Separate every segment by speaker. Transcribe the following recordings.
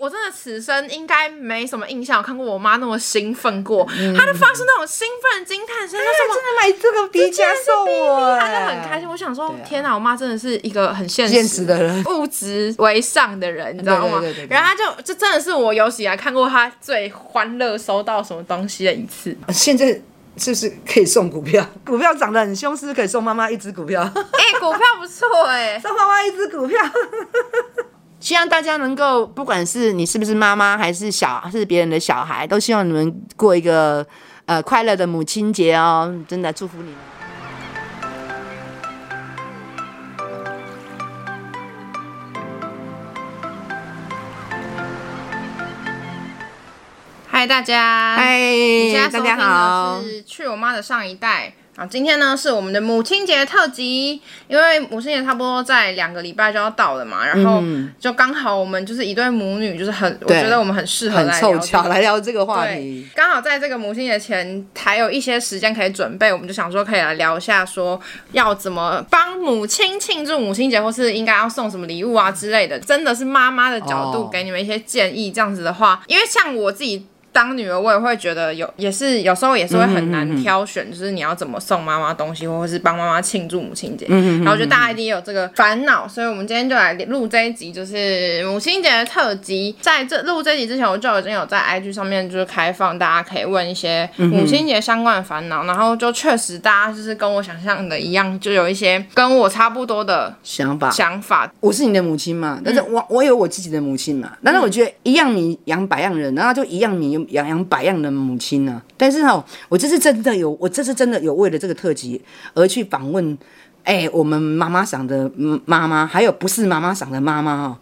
Speaker 1: 我真的此生应该没什么印象，我看过我妈那么兴奋过，
Speaker 2: 嗯
Speaker 1: 她就发出那种兴奋惊叹声，说什
Speaker 2: 真
Speaker 1: 么
Speaker 2: 的买这个皮夹送我，哎
Speaker 1: 他就很开心。我想说，
Speaker 2: 啊
Speaker 1: 天哪，我妈真的是一个很现
Speaker 2: 现实的人
Speaker 1: 物质为上的人，你知道吗
Speaker 2: 对对对对？对
Speaker 1: 然后她就这真的是我有史以来看过她最欢乐收到什么东西的一 次。
Speaker 2: 现在是不是可以送股票？ 股票涨得很凶，是不是可以送妈妈一只股票？
Speaker 1: 哎，股票不错哎，
Speaker 2: 送妈妈一只股票。 希望大家能够，不管是你是不是妈妈，还是小是别人的小孩，都希望你们过一个呃快乐的母亲节哦！真的祝福你们。
Speaker 1: 嗨大家，你现
Speaker 2: 嗨，
Speaker 1: 在收
Speaker 2: 大
Speaker 1: 听
Speaker 2: 家好
Speaker 1: 的。是《去我妈的上一代》啊，今天呢是我们的母亲节特辑，因为母亲节差不多在两个礼拜就要到了嘛，然后就刚好我们就是一对母女，就是很我
Speaker 2: 嗯对
Speaker 1: 觉得我们很适合
Speaker 2: 很
Speaker 1: 来聊
Speaker 2: 凑
Speaker 1: 这
Speaker 2: 巧
Speaker 1: 个
Speaker 2: 来聊这个话
Speaker 1: 对
Speaker 2: 题，，
Speaker 1: 刚好在这个母亲节前还有一些时间可以准备，我们就想说可以来聊一下，说要怎么帮母亲庆祝母亲节，或是应该要送什么礼物啊之类的。真的是妈妈的角度
Speaker 2: 哦
Speaker 1: 给你们一些建议，这样子的话，因为像我自己。当女儿，我也会觉得有，也是有时候也是会很难挑选，就是你要怎么送妈妈东西，或者是帮妈妈庆祝母亲节。然后我觉得大家一定也有这个烦恼，所以我们今天就来录这一集，就是母亲节的特辑。在这录这集之前，我就已经有在 IG 上面就是开放，大家可以问一些母亲节相关的烦恼。然后就确实大家就是跟我想象的一样，就有一些跟我差不多的
Speaker 2: 想法。
Speaker 1: 想法。
Speaker 2: 我是你的母亲嘛，但是我、我有我自己的母亲嘛，但是我觉得一样米养百样人，然后就一样米养养百样的母亲呢、但是哈、我这次真的有，我这次真的有为了这个特辑而去访问，哎、我们妈妈桑的嗯妈妈，还有不是妈妈桑的妈妈哦。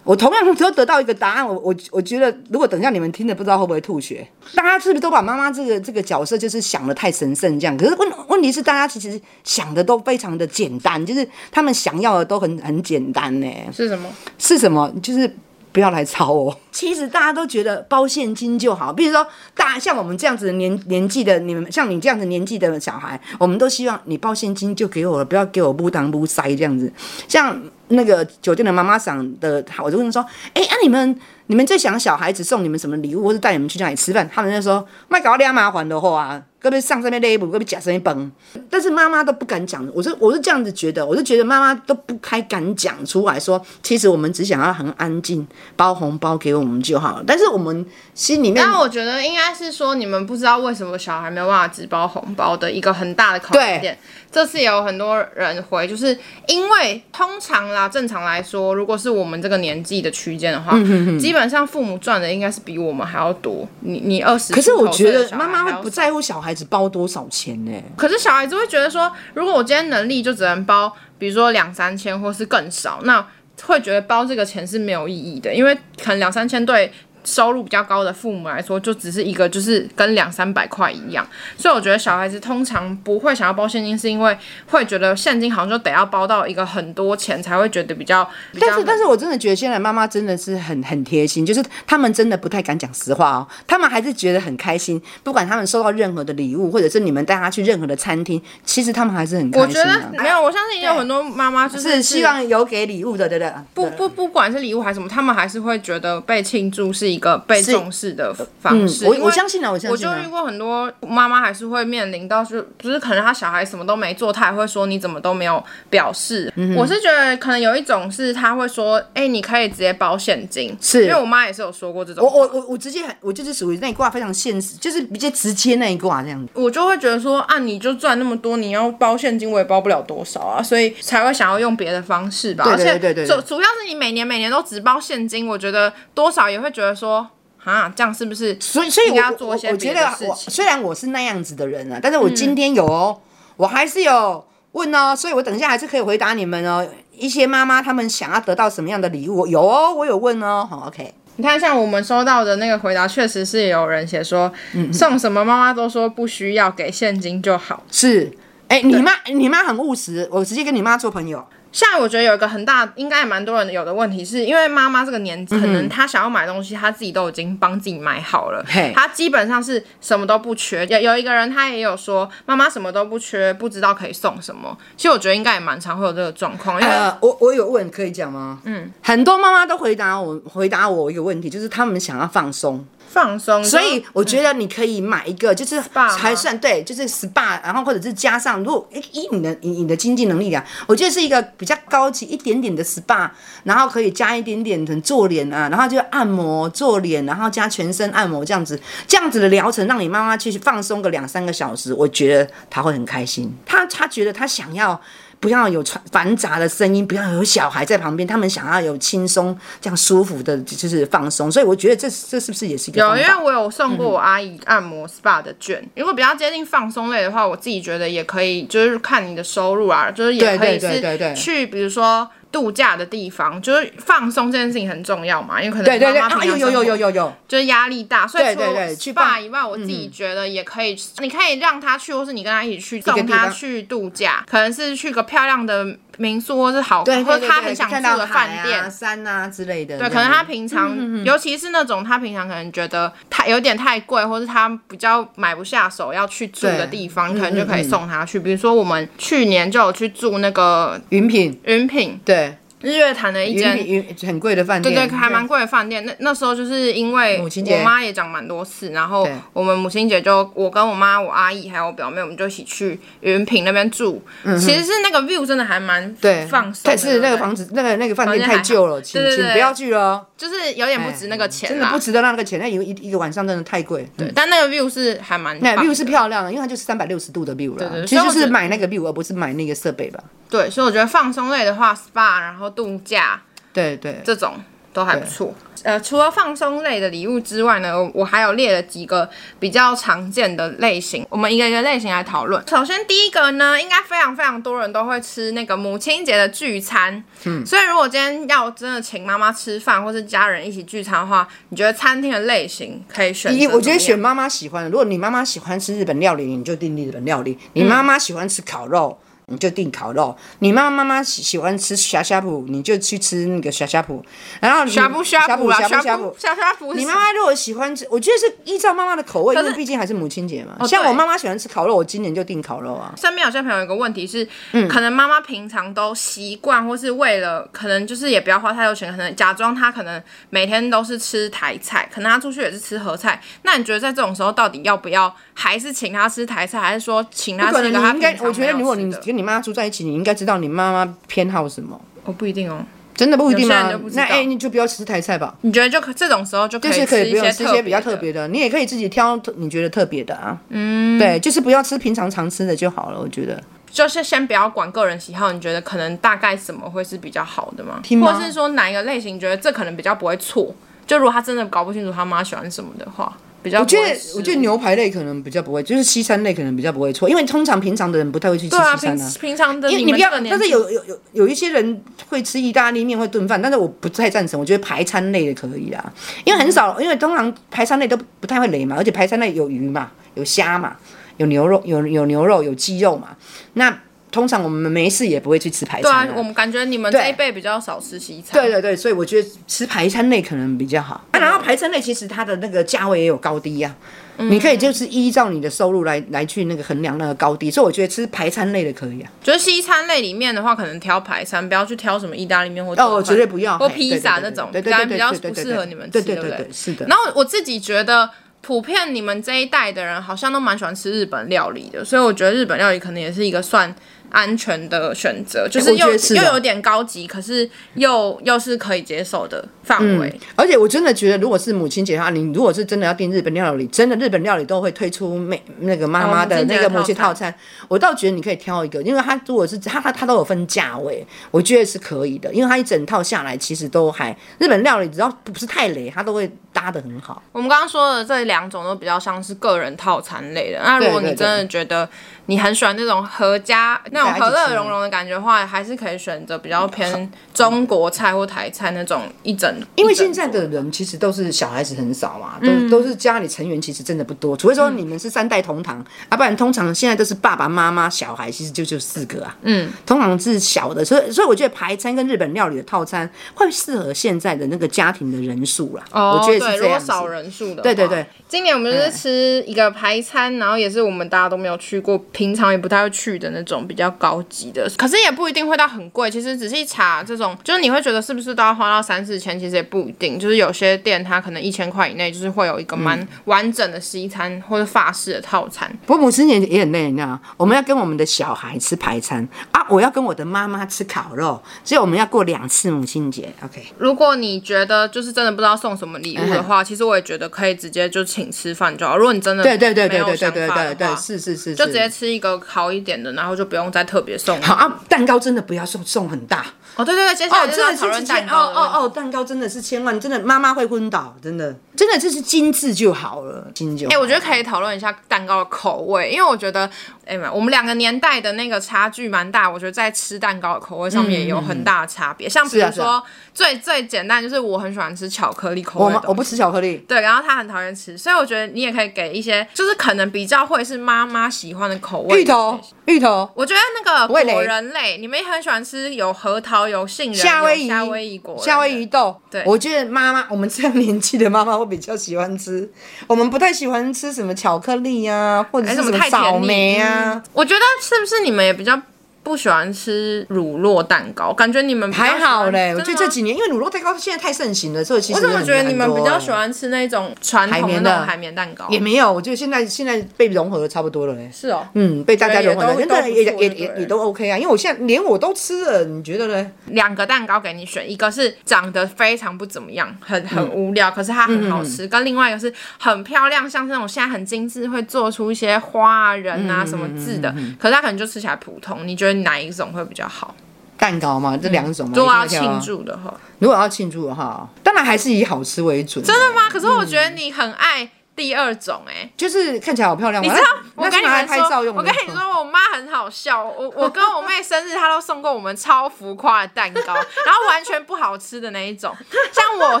Speaker 2: 我同样都得到一个答案，我我我觉得，如果等一下你们听了，不知道会不会吐血？大家是不是都把妈妈这个这个角色就是想的太神圣这样？可是问问题是，大家其实想的都非常的简单，就是他们想要的都很很简单呢、
Speaker 1: 是什么？
Speaker 2: 是什么？就是不要来吵我。其实大家都觉得包现金就好，比如说大像我们这样子的年年纪的，你们像你这样子年纪的小孩，我们都希望你包现金就给我了，不要给我不当不塞这样子。像那个酒店的妈妈桑的，我就问说，哎、啊你们你们最想小孩子送你们什么礼物，或是带你们去哪里吃饭？他们就说，卖搞俩麻烦的话啊。各位上这边勒布，各位假这边崩，但是妈妈都不敢讲。我是我是这样子觉得，我是觉得妈妈都不太敢讲出来说，其实我们只想要很安静，包红包给我们就好了。但是我们心里面
Speaker 1: 但我觉得应该是说，你们不知道为什么小孩没有办法只包红包的一个很大的考
Speaker 2: 对
Speaker 1: 点。这次也有很多人回，就是因为通常啦，正常来说，如果是我们这个年纪的区间的话，
Speaker 2: 嗯
Speaker 1: 基本上父母赚的应该是比我们还要多。你你二十，
Speaker 2: 可是我觉得妈妈会不在乎小孩子包多少钱呢、
Speaker 1: 可是小孩子会觉得说，如果我今天能力就只能包，比如说两三千或是更少，那会觉得包这个钱是没有意义的，因为可能两三千对收入比较高的父母来说，就只是一个就是跟两三百块一样。所以我觉得小孩子通常不会想要包现金，是因为会觉得现金好像就得要包到一个很多钱才会觉得比较。比较
Speaker 2: 但是，但是我真的觉得现在妈妈真的是很很贴心，就是他们真的不太敢讲实话哦，他们还是觉得很开心，不管他们收到任何的礼物，或者是你们带他去任何的餐厅，其实他们还是很开
Speaker 1: 我
Speaker 2: 心、
Speaker 1: 觉
Speaker 2: 啊。
Speaker 1: 得没有，我相信有很多妈妈就是
Speaker 2: 是希望有给礼物的，对不对？
Speaker 1: 不不不管是礼物还是什么，他们还是会觉得被庆祝是一个被重视的方
Speaker 2: 嗯
Speaker 1: 式。，因
Speaker 2: 我
Speaker 1: 为
Speaker 2: 我相信啊，我相
Speaker 1: 我
Speaker 2: 信
Speaker 1: 就遇
Speaker 2: 啊。
Speaker 1: 过很多妈妈还是会面临到是，就是可能她小孩什么都没做，她也会说你怎么都没有表示。
Speaker 2: 嗯
Speaker 1: 我是觉得可能有一种是她会说，哎、你可以直接包现金，
Speaker 2: 是
Speaker 1: 因为我妈也是有说过这种
Speaker 2: 我
Speaker 1: 话。
Speaker 2: 我我我直接很，我就是属于那一卦非常现实，就是比较直接那一卦这样子。
Speaker 1: 我就会觉得说啊，你就赚那么多，你要包现金我也包不了多少啊，所以才会想要用别的方式吧。
Speaker 2: 对对对对
Speaker 1: 而
Speaker 2: 对
Speaker 1: 且主主要是你每年每年都只包现金，我觉得多少也会觉得说啊，这样是不是？
Speaker 2: 所以，所以
Speaker 1: 应
Speaker 2: 我
Speaker 1: 该要
Speaker 2: 我
Speaker 1: 做
Speaker 2: 我
Speaker 1: 一些
Speaker 2: 我
Speaker 1: 别
Speaker 2: 觉
Speaker 1: 的
Speaker 2: 得
Speaker 1: 事
Speaker 2: 我
Speaker 1: 情嗯
Speaker 2: 虽然我是那样子的人啊，但是我今天有哦，我还是有问哦，所以我等一下还是可以回答你们哦。一些妈妈她们想要得到什么样的礼物，有哦，我有问哦。好，OK，
Speaker 1: 你看，像我们收到的那个回答，确实是有人写说，
Speaker 2: 嗯
Speaker 1: 送什么妈妈都说不需要，给现金就好。
Speaker 2: 是，哎，你妈你妈很务实，我直接跟你妈做朋友。
Speaker 1: 现在我觉得有一个很大，应该也蛮多人有的问题是，因为妈妈这个年纪，可
Speaker 2: 嗯
Speaker 1: 能她想要买东西，她自己都已经帮自己买好了
Speaker 2: 嘿，
Speaker 1: 她基本上是什么都不缺。有有一个人他也有说，妈妈什么都不缺，不知道可以送什么。其实我觉得应该也蛮常会有这个状况，因为、
Speaker 2: 呃，我我有问，可以讲吗？嗯，很多妈妈都回答我，回答我一个问题，就是他们想要放松，
Speaker 1: 放松，
Speaker 2: 所以我觉得你可以买一个，就是
Speaker 1: 嗯 SPA 吗
Speaker 2: 还算对，就是 SPA，然后或者是加上，如果诶以你的以你的经济能力啊，我觉得是一个比较高级一点点的 SPA，然后可以加一点点的做脸啊，然后就按摩做脸，然后加全身按摩这样子，这样子的疗程让你妈妈去放松个两三个小时，我觉得她会很开心。她她觉得她想要。不要有传繁杂的声音，不要有小孩在旁边，他们想要有轻松、这样舒服的，就是放松。所以我觉得这这是不是也是一个
Speaker 1: 有，
Speaker 2: 方
Speaker 1: 因
Speaker 2: 法
Speaker 1: 为我有送过我阿姨按摩 SPA 的券。如果比较接近放松类的话，我自己觉得也可以，就是看你的收入啊，就是也可以
Speaker 2: 对对对对对
Speaker 1: 是去比如说度假的地方，就是放松这件事情很重要嘛，因为可能
Speaker 2: 对对对，
Speaker 1: 妈妈
Speaker 2: 啊，
Speaker 1: 平常
Speaker 2: 有有有
Speaker 1: 生活
Speaker 2: 有有有，
Speaker 1: 就是压力大，所以
Speaker 2: 对
Speaker 1: 除了
Speaker 2: 对对去
Speaker 1: SPA
Speaker 2: 放嗯
Speaker 1: 以外，我自己觉得也可以，你可以让他去，或是你跟他一起去，送
Speaker 2: 地方
Speaker 1: 他去度假，可能是去个漂亮的民宿，或是好，
Speaker 2: 对
Speaker 1: 或是
Speaker 2: 对对，
Speaker 1: 他很想
Speaker 2: 看
Speaker 1: 住
Speaker 2: 到
Speaker 1: 的
Speaker 2: 海
Speaker 1: 饭
Speaker 2: 啊
Speaker 1: 店，
Speaker 2: 山啊之类的。
Speaker 1: 对，可
Speaker 2: 这
Speaker 1: 能
Speaker 2: 样
Speaker 1: 他
Speaker 2: 子
Speaker 1: 平常，
Speaker 2: 嗯
Speaker 1: 尤其是那种他平常可能觉得太有点太贵，或是他比较买不下手要去住的地方，可能就可以送他去。比如说我们去年就有去住那个
Speaker 2: 云品，
Speaker 1: 云品
Speaker 2: 对，
Speaker 1: 日月潭的一
Speaker 2: 云
Speaker 1: 间。
Speaker 2: 品云很贵的饭店，
Speaker 1: 对对，还蛮贵的饭店。那那时候就是因为
Speaker 2: 母亲节
Speaker 1: 我妈也讲蛮多次，然后
Speaker 2: 对
Speaker 1: 我们母亲节就我跟我妈、我阿姨还有我表妹，我们就一起去云品那边住。其实是那个 view 真的还蛮
Speaker 2: 嗯对
Speaker 1: 放松的，
Speaker 2: 但是那
Speaker 1: 对不
Speaker 2: 个
Speaker 1: 对
Speaker 2: 房子那个那个饭
Speaker 1: 房
Speaker 2: 店
Speaker 1: 间还
Speaker 2: 太
Speaker 1: 好
Speaker 2: 旧了，请
Speaker 1: 对对
Speaker 2: 请
Speaker 1: 对
Speaker 2: 不要去了，
Speaker 1: 就是有点不值那个钱
Speaker 2: 真的
Speaker 1: 啦
Speaker 2: 不值得那个钱，那一一一个晚上真的太贵。对。
Speaker 1: 但那个 view 是还蛮
Speaker 2: 那
Speaker 1: 棒
Speaker 2: view 是漂亮的，因为它就是三百六十度的 view
Speaker 1: 啊对
Speaker 2: 了，
Speaker 1: 对
Speaker 2: 其实
Speaker 1: 所
Speaker 2: 就
Speaker 1: 以我觉
Speaker 2: 是
Speaker 1: 得
Speaker 2: 买那个 view，而不是买那个设备吧。
Speaker 1: 对，所以我觉得放松类的话，SPA 然后度假
Speaker 2: 对对，
Speaker 1: 这种都还不错。呃，除了放松类的礼物之外呢，我我还有列了几个比较常见的类型，我们一个一个类型来讨论。首先第一个呢，应该非常非常多人都会吃那个母亲节的聚餐，嗯，所以如果今天要真的请妈妈吃饭或是家人一起聚餐的话，你觉得餐厅的类型可以选择
Speaker 2: 第一，
Speaker 1: 怎么样？
Speaker 2: 我觉得选妈妈喜欢的。如果你妈妈喜欢吃日本料理，你就订日本料理；你妈妈喜欢吃烤肉，你就订烤肉；你妈妈妈喜喜欢吃呷呷哺，你就去吃那个呷呷哺。然后
Speaker 1: 呷哺呷哺
Speaker 2: 哺
Speaker 1: 啦，
Speaker 2: 呷哺
Speaker 1: 呷
Speaker 2: 呷
Speaker 1: 哺
Speaker 2: 哺。
Speaker 1: 呷呷哺是
Speaker 2: 你
Speaker 1: 什么，
Speaker 2: 妈妈如果喜欢吃，我觉得是依照妈妈的口味，因
Speaker 1: 是
Speaker 2: 为毕竟还是母亲节嘛。
Speaker 1: 哦
Speaker 2: 像
Speaker 1: 对
Speaker 2: 我妈妈喜欢吃烤肉，我今年就订烤肉啊。
Speaker 1: 身边有些朋友有个问题是，
Speaker 2: 嗯
Speaker 1: 可能妈妈平常都习惯，或是为了可能就是也不要花太多钱，可能假装她可能每天都是吃台菜，可能她出去也是吃合菜。那你觉得在这种时候，到底要不要还是请她吃台菜，还是说请她
Speaker 2: 可
Speaker 1: 吃一
Speaker 2: 能你
Speaker 1: 个她
Speaker 2: 应
Speaker 1: 平
Speaker 2: 该，
Speaker 1: 常
Speaker 2: 我觉得
Speaker 1: 没
Speaker 2: 如
Speaker 1: 有
Speaker 2: 果
Speaker 1: 吃
Speaker 2: 你
Speaker 1: 的
Speaker 2: 跟你妈妈住在一起，你应该知道你妈妈偏好什么。
Speaker 1: 哦不一定哦，
Speaker 2: 真的不一定
Speaker 1: 有些人
Speaker 2: 吗
Speaker 1: 就不？知道
Speaker 2: 那哎、你就不要吃台菜吧。
Speaker 1: 你觉得就可这种时候就可
Speaker 2: 就是
Speaker 1: 以
Speaker 2: 可以
Speaker 1: 吃
Speaker 2: 不
Speaker 1: 一
Speaker 2: 用
Speaker 1: 些
Speaker 2: 吃一些比较特
Speaker 1: 别的。
Speaker 2: 别的，你也可以自己挑特你觉得特别的啊。嗯，对，就是不要吃平常常吃的就好了。我觉得
Speaker 1: 就是先不要管个人喜好，你觉得可能大概什么会是比较好的吗？
Speaker 2: 听
Speaker 1: 或
Speaker 2: 吗
Speaker 1: 者是说哪一个类型你觉得这可能比较不会错？就如果他真的搞不清楚他妈喜欢什么的话，比较
Speaker 2: 我
Speaker 1: 不
Speaker 2: 觉
Speaker 1: 会
Speaker 2: 得
Speaker 1: 失误
Speaker 2: 我觉得牛排类可能比较不会，就是西餐类可能比较不会错，因为通常平常的人不太会去吃
Speaker 1: 对啊，
Speaker 2: 西
Speaker 1: 平
Speaker 2: 餐啊。
Speaker 1: 平常的
Speaker 2: 因为
Speaker 1: 们
Speaker 2: 不要
Speaker 1: 这个，年
Speaker 2: 但是
Speaker 1: 纪
Speaker 2: 有有有有一些人会吃意大利面会炖饭，但是我不太赞成。我觉得排餐类的可以啦，
Speaker 1: 嗯
Speaker 2: 因为很少，因为通常排餐类都不太会雷嘛，而且排餐类有鱼嘛，有虾嘛，有牛肉，有有牛肉，有鸡肉嘛。那通常我们没事也不会去吃排
Speaker 1: 对
Speaker 2: 餐、
Speaker 1: 啊，我们感觉你们这一辈比较少吃西餐，
Speaker 2: 对对对，所以我觉得吃排餐类可能比较好。啊、然后排餐类其实它的那个价位也有高低呀、你可以就是依照你的收入来来去那个衡量那个高低，所以我觉得吃排餐类的可以啊。
Speaker 1: 就是西餐类里面的话，可能挑排餐，不要去挑什么意大利面或
Speaker 2: 哦，我绝对不要
Speaker 1: 或
Speaker 2: 嘿
Speaker 1: 披
Speaker 2: 对
Speaker 1: 萨
Speaker 2: 对
Speaker 1: 那
Speaker 2: 对
Speaker 1: 种，
Speaker 2: 对
Speaker 1: 比
Speaker 2: 对
Speaker 1: 较
Speaker 2: 对
Speaker 1: 比
Speaker 2: 对
Speaker 1: 较
Speaker 2: 对对
Speaker 1: 不
Speaker 2: 对
Speaker 1: 适合你们吃，
Speaker 2: 对对
Speaker 1: 不
Speaker 2: 对对，是的。
Speaker 1: 然后我自己觉得，普遍你们这一代的人好像都蛮喜欢吃日本料理的，所以我觉得日本料理可能也是一个算安全的选择，就是
Speaker 2: 我觉
Speaker 1: 又
Speaker 2: 得是
Speaker 1: 又
Speaker 2: 的
Speaker 1: 有点高级，可是又又是可以接受的范围。
Speaker 2: 而且我真的觉得，如果是母亲节的话，你如果是真的要订日本料理，真的日本料理都会推出每那个妈妈
Speaker 1: 哦
Speaker 2: 的
Speaker 1: 母亲节
Speaker 2: 那
Speaker 1: 的
Speaker 2: 个母亲
Speaker 1: 套
Speaker 2: 套餐。我倒觉得你可以挑一个，因为它如果是它它它都有分价位，我觉得是可以的，因为它一整套下来其实都还日本料理，只要不是太雷，它都会搭的很好。
Speaker 1: 我们刚刚说的这两种都比较像是个人套餐类的。那如果
Speaker 2: 对对
Speaker 1: 你真的觉得你很喜欢那种合家那那种
Speaker 2: 大家一起
Speaker 1: 和乐
Speaker 2: 吃
Speaker 1: 融融的感觉的话，还是可以选择比较偏中国菜或台菜那种一整。
Speaker 2: 因为
Speaker 1: 一整嗯
Speaker 2: 现在的人其实都是小孩子很少嘛，都、都是家里成员其实真的不多，除非说你们是三代同堂，啊，不然通常现在都是爸爸妈妈、小孩，其实就就四个啊，嗯，通常是小的，所以所以我觉得排餐跟日本料理的套餐会适合现在的那个家庭的人数啦，
Speaker 1: 哦，
Speaker 2: 我
Speaker 1: 对，
Speaker 2: 觉得是
Speaker 1: 如
Speaker 2: 这
Speaker 1: 果
Speaker 2: 样子。
Speaker 1: 少人数的话，
Speaker 2: 对对对。
Speaker 1: 今年我们就是吃一个排餐，然后也是我们大家都没有去过，平常也不太会去的那种比较高级的，可是也不一定会到很贵。其实仔细查这种，就是你会觉得是不是都要花到三四千，其实也不一定。就是有些店它可能一千块以内，就是会有一个蛮
Speaker 2: 嗯
Speaker 1: 完整的西餐或者法式的套餐。
Speaker 2: 不过母亲节也很累，你知道吗？我们要跟我们的小孩吃排餐啊，我要跟我的妈妈吃烤肉，所以我们要过两次母亲节。OK，
Speaker 1: 如果你觉得就是真的不知道送什么礼物的话，其实我也觉得可以直接就请吃饭就好。如果你真的
Speaker 2: 嗯对对对
Speaker 1: 没
Speaker 2: 对
Speaker 1: 有
Speaker 2: 对对
Speaker 1: 想
Speaker 2: 对
Speaker 1: 法的
Speaker 2: 对对，
Speaker 1: 话
Speaker 2: 是是是，
Speaker 1: 就是直接吃一个好一点的，然后就不用再特别送。
Speaker 2: 好啊，蛋糕真的不要送送很大。
Speaker 1: 哦，对对对，接下
Speaker 2: 哦，
Speaker 1: 来就
Speaker 2: 真
Speaker 1: 是要
Speaker 2: 的
Speaker 1: 讨
Speaker 2: 是
Speaker 1: 论
Speaker 2: 千
Speaker 1: 蛋
Speaker 2: 哦
Speaker 1: 糕了。
Speaker 2: 哦哦，蛋糕真的是千万，真的妈妈会昏倒，真的，真的就是精致就好了，精致就好。
Speaker 1: 哎、我觉得可以讨论一下蛋糕的口味，因为我觉得，哎、妈，我们两个年代的那个差距蛮大。我觉得在吃蛋糕的口味上面也有很大的差别。像比
Speaker 2: 是啊
Speaker 1: 如
Speaker 2: 是啊
Speaker 1: 说，最最简单就是我很喜欢吃巧克力口
Speaker 2: 我
Speaker 1: 味
Speaker 2: 妈
Speaker 1: 的
Speaker 2: 我不吃巧克力，
Speaker 1: 对，然后他很讨厌吃，所以我觉得你也可以给一些，就是可能比较会是妈妈喜欢的口味。
Speaker 2: 芋头，芋头，
Speaker 1: 我觉得那个
Speaker 2: 味蕾
Speaker 1: 果仁类，你们也很喜欢吃有核桃、有杏仁、
Speaker 2: 夏威夷，
Speaker 1: 有夏威夷果仁的、
Speaker 2: 夏威夷豆。
Speaker 1: 对
Speaker 2: 我觉得妈妈，我们这样年纪的妈妈会比较喜欢吃，我们不太喜欢吃什么巧克力啊，或者
Speaker 1: 还
Speaker 2: 是
Speaker 1: 是哎什么太
Speaker 2: 草
Speaker 1: 甜
Speaker 2: 莓
Speaker 1: 腻嗯
Speaker 2: 啊。。
Speaker 1: 我觉得是不是你们也比较不喜欢吃乳酪蛋糕？感觉你们比较喜
Speaker 2: 还
Speaker 1: 欢
Speaker 2: 好嘞，
Speaker 1: 真
Speaker 2: 我觉得
Speaker 1: 的吗
Speaker 2: 这几年因为乳酪蛋糕现在太盛行了，所以其实
Speaker 1: 我怎么
Speaker 2: 很
Speaker 1: 觉得你们比较喜？
Speaker 2: 很多
Speaker 1: 欢吃那种传
Speaker 2: 海
Speaker 1: 统
Speaker 2: 绵
Speaker 1: 那种
Speaker 2: 的
Speaker 1: 海绵蛋糕？
Speaker 2: 也没有，我觉得现在现在被融合的差不多了嘞。
Speaker 1: 是哦，
Speaker 2: 嗯，被大家融合了，
Speaker 1: 对也
Speaker 2: 真
Speaker 1: 都
Speaker 2: 的也
Speaker 1: 都不错
Speaker 2: 也
Speaker 1: 就对
Speaker 2: 也
Speaker 1: 了
Speaker 2: 也都 OK 啊，因为我现在连我都吃了，你觉得呢？
Speaker 1: 两个蛋糕给你选，一个是长得非常不怎么样，很
Speaker 2: 嗯
Speaker 1: 很无聊，可是它很好吃；跟另外一个是很漂亮，像是那种现在很精致，会做出一些花啊、人
Speaker 2: 嗯
Speaker 1: 啊、什么字的，可是它可能就吃起来普通。你觉得哪一种会比较好？
Speaker 2: 蛋糕嘛，这两种嘛，
Speaker 1: 如嗯果要
Speaker 2: 一定会挑
Speaker 1: 庆
Speaker 2: 啊。
Speaker 1: 祝的话，
Speaker 2: 如果要庆祝的话，当然还是以好吃为准。真啊
Speaker 1: 真的吗？可是我觉得
Speaker 2: 嗯
Speaker 1: 你很爱第二种、欸，
Speaker 2: 就是看起来好漂亮嘛，
Speaker 1: 你知道，
Speaker 2: 哦
Speaker 1: 我
Speaker 2: 那那
Speaker 1: 跟
Speaker 2: 是
Speaker 1: 你
Speaker 2: 拿来
Speaker 1: 们
Speaker 2: 拍
Speaker 1: 说
Speaker 2: 照，用的。
Speaker 1: 我
Speaker 2: 哦
Speaker 1: 跟你，说，我妈很好笑。我我跟我妹生日，她都送过我们超浮夸的蛋糕，然后完全不好吃的那一种。像我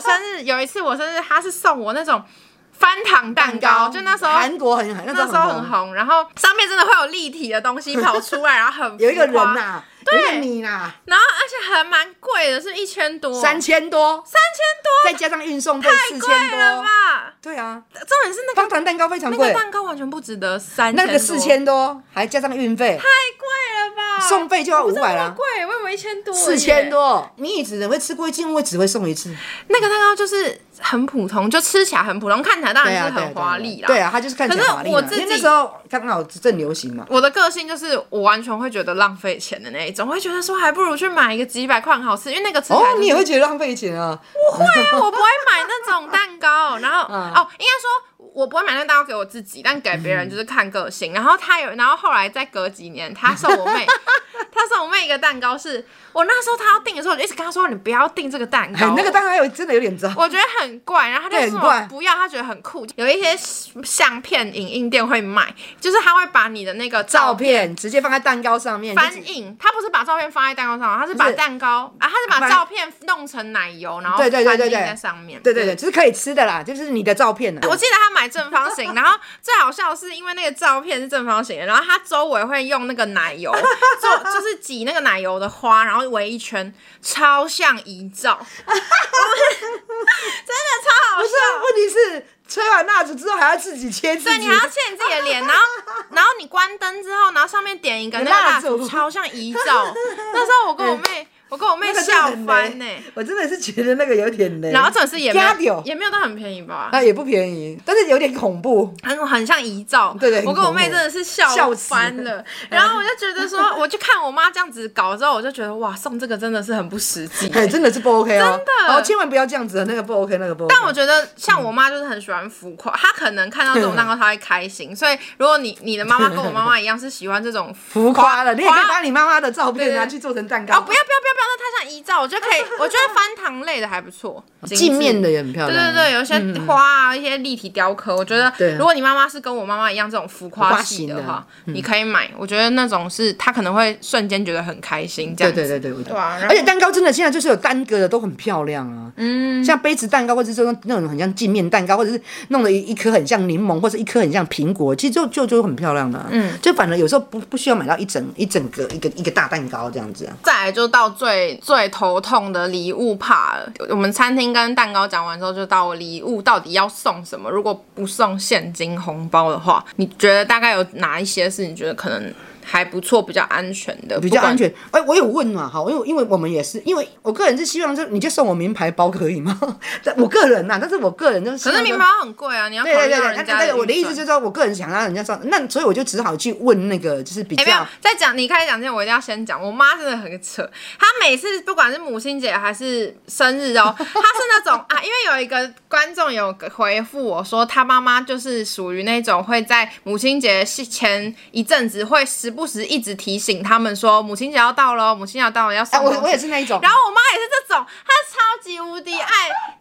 Speaker 1: 生日有一次，我生日她是送我那种翻糖蛋糕，就那时候
Speaker 2: 韩国很那
Speaker 1: 那时候很
Speaker 2: 好，
Speaker 1: 红，然后上面真的会有立体的东西跑出来，然后很浮夸
Speaker 2: 有一个人，啊呐，有一个你呐，
Speaker 1: 然后而且还蛮贵的，是一千多，
Speaker 2: 三千多，
Speaker 1: 三千多，
Speaker 2: 再加上运送费四
Speaker 1: 贵
Speaker 2: 千
Speaker 1: 了
Speaker 2: 多，
Speaker 1: 吧？
Speaker 2: 对啊，
Speaker 1: 重点是那个
Speaker 2: 方糖蛋糕非常
Speaker 1: 那个
Speaker 2: 贵，
Speaker 1: 蛋糕完全不值得三
Speaker 2: 那个四千多，还加上运费，
Speaker 1: 太贵了吧？
Speaker 2: 送费就要
Speaker 1: 我不知道
Speaker 2: 500啦
Speaker 1: 那么贵，我以为一千多，
Speaker 2: 四千。多，你也只能会吃过一次，我只会送一次。
Speaker 1: 那个蛋糕就是很普通，就吃起来很普通，看起来当
Speaker 2: 对
Speaker 1: 然
Speaker 2: 啊，
Speaker 1: 是很华丽啦。
Speaker 2: 对啊，它就是看起来华丽嘛。
Speaker 1: 可是我自己
Speaker 2: 因为那时候刚好正流行嘛。
Speaker 1: 我的个性就是我完全会觉得浪费钱的那一种，我会觉得说还不如去买一个几百块很好吃，因为那个吃起来、
Speaker 2: 哦
Speaker 1: 就是、，
Speaker 2: 你也会觉得浪费钱 啊？
Speaker 1: 对啊，我不会买那种蛋糕。然后、
Speaker 2: 嗯
Speaker 1: 哦，应该说我不会买那个蛋糕给我自己，但给别人就是看个性。然后他有，然后后来再隔几年，他送我 妹，他送我妹一个蛋糕是，我那时候他要订的时候，我就一直跟他说你不要订这个蛋
Speaker 2: 哎
Speaker 1: 糕，，
Speaker 2: 那个蛋糕有真的有点糟。
Speaker 1: 我觉得很怪，然后他就
Speaker 2: 对
Speaker 1: 说
Speaker 2: 很怪
Speaker 1: 我不要，他觉得很酷。有一些相片影印店会卖，就是他会把你的那个
Speaker 2: 照
Speaker 1: 照片
Speaker 2: 片直接放在蛋糕上面，
Speaker 1: 翻
Speaker 2: 就是
Speaker 1: 印，他不是把照片放在蛋糕上，他是把
Speaker 2: 就是
Speaker 1: 蛋糕啊，他是把
Speaker 2: 翻
Speaker 1: 照片弄成奶油，然后
Speaker 2: 对
Speaker 1: 翻
Speaker 2: 对
Speaker 1: 印
Speaker 2: 对对对
Speaker 1: 在上面。
Speaker 2: 对对对，就是可以吃的啦，就是你的照片啊。
Speaker 1: 哎我记得他买正方形，然后最好笑的是，因为那个照片是正方形的，然后他周围会用那个奶油 做，就是挤那个奶油的花，然后围一圈，超像遗照，真的超好
Speaker 2: 不
Speaker 1: 笑
Speaker 2: 是。啊，问题是吹完蜡烛之后还要自己切自
Speaker 1: 对，
Speaker 2: 己
Speaker 1: 你还。要切你自己的脸，然后 然后你关灯之后，然后上面点一个那个
Speaker 2: 蜡
Speaker 1: 蜡
Speaker 2: 烛
Speaker 1: 烛，超像遗照。那时候我跟我妹，我跟我妹
Speaker 2: 那个真的
Speaker 1: 笑
Speaker 2: 很
Speaker 1: 翻
Speaker 2: 雷
Speaker 1: 呢、
Speaker 2: 我真的是觉得那个有点累。
Speaker 1: 然后这是也没
Speaker 2: 加油
Speaker 1: 有也没有到很便宜吧，
Speaker 2: 啊也不便宜，但是有点恐怖。
Speaker 1: 很很像遗照。
Speaker 2: 对对很
Speaker 1: 我跟我妹
Speaker 2: 恐
Speaker 1: 真
Speaker 2: 怖
Speaker 1: 的是笑
Speaker 2: 笑死嗯
Speaker 1: 翻了。然后我就觉得 说，我就看我妈这样子搞之后，我就觉得哇，送这个真的是很不实际、
Speaker 2: 哎，真的是不 OK 哦，
Speaker 1: 真的
Speaker 2: 哦，千万不要这样子，那个不 OK，那个不 OK。
Speaker 1: 但我觉得像我妈就是很喜欢浮夸，她可能看到这种蛋糕她会开
Speaker 2: 嗯
Speaker 1: 心，所以如果你你的妈妈跟我妈妈一样是喜欢这种
Speaker 2: 浮夸了，你也可以
Speaker 1: 花
Speaker 2: 把你妈妈的照
Speaker 1: 对
Speaker 2: 片
Speaker 1: 对
Speaker 2: 拿去做成蛋糕。
Speaker 1: 哦，不要不要不要不要说太像遗照，我觉得可以，我觉得翻糖类的还不错，
Speaker 2: 镜面的也很漂
Speaker 1: 对
Speaker 2: 亮啊。
Speaker 1: 对对，有一些花啊，一些立体雕刻，我觉得
Speaker 2: 对啊
Speaker 1: 如果你妈妈是跟我妈妈一样这种浮夸系
Speaker 2: 浮夸型的嗯
Speaker 1: 话，你可以买。我觉得那种是她可能会瞬间觉得很开心，这
Speaker 2: 对
Speaker 1: 样子
Speaker 2: 对对对，我懂
Speaker 1: 对啊然后
Speaker 2: 而且蛋糕真的现在就是有单个的都很漂亮啊，嗯，像杯子蛋糕，或者是说那种很像镜面蛋糕，或者是弄了一一颗很像柠檬，或者一颗很像苹果，其实就就就很漂亮了、嗯，就反正有时候不不需要买到一整一整个一个一个大蛋糕这样子啊。
Speaker 1: 再来就到最最头痛的礼物怕了。我们餐厅跟蛋糕讲完之后，就到礼物到底要送什么？如果不送现金红包的话，你觉得大概有哪一些是你觉得可能还不错、比较安全的？
Speaker 2: 比较
Speaker 1: 不管
Speaker 2: 安。全。哎、我有问嘛，好，因为因为我们也是，因为我个人是希望说，你就送我名牌包可以吗？ 但我个人呐、啊但是我个人就是，
Speaker 1: 可是名牌。包很贵啊，你要考虑
Speaker 2: 对对
Speaker 1: 到
Speaker 2: 对对，
Speaker 1: 人家
Speaker 2: 那那个我的
Speaker 1: 预
Speaker 2: 意思
Speaker 1: 算
Speaker 2: 就是说，我个人想让人家送，那所以我就只好去问那个，就是比
Speaker 1: 哎、没有
Speaker 2: 较，
Speaker 1: 在讲你开始讲之前，我一定要先讲，我妈真的很扯。她每次不管是母亲节还是生日 哦，她是那种啊，因为有一个观众有回复我说，她妈妈就是属于那种会在母亲节前一阵子会时不时一直提醒他们说，母亲节要到了，母亲节要到了，要
Speaker 2: 哎、
Speaker 1: 送东西、
Speaker 2: 我我也是那一种。
Speaker 1: 然后我妈也是这种，她超级无敌爱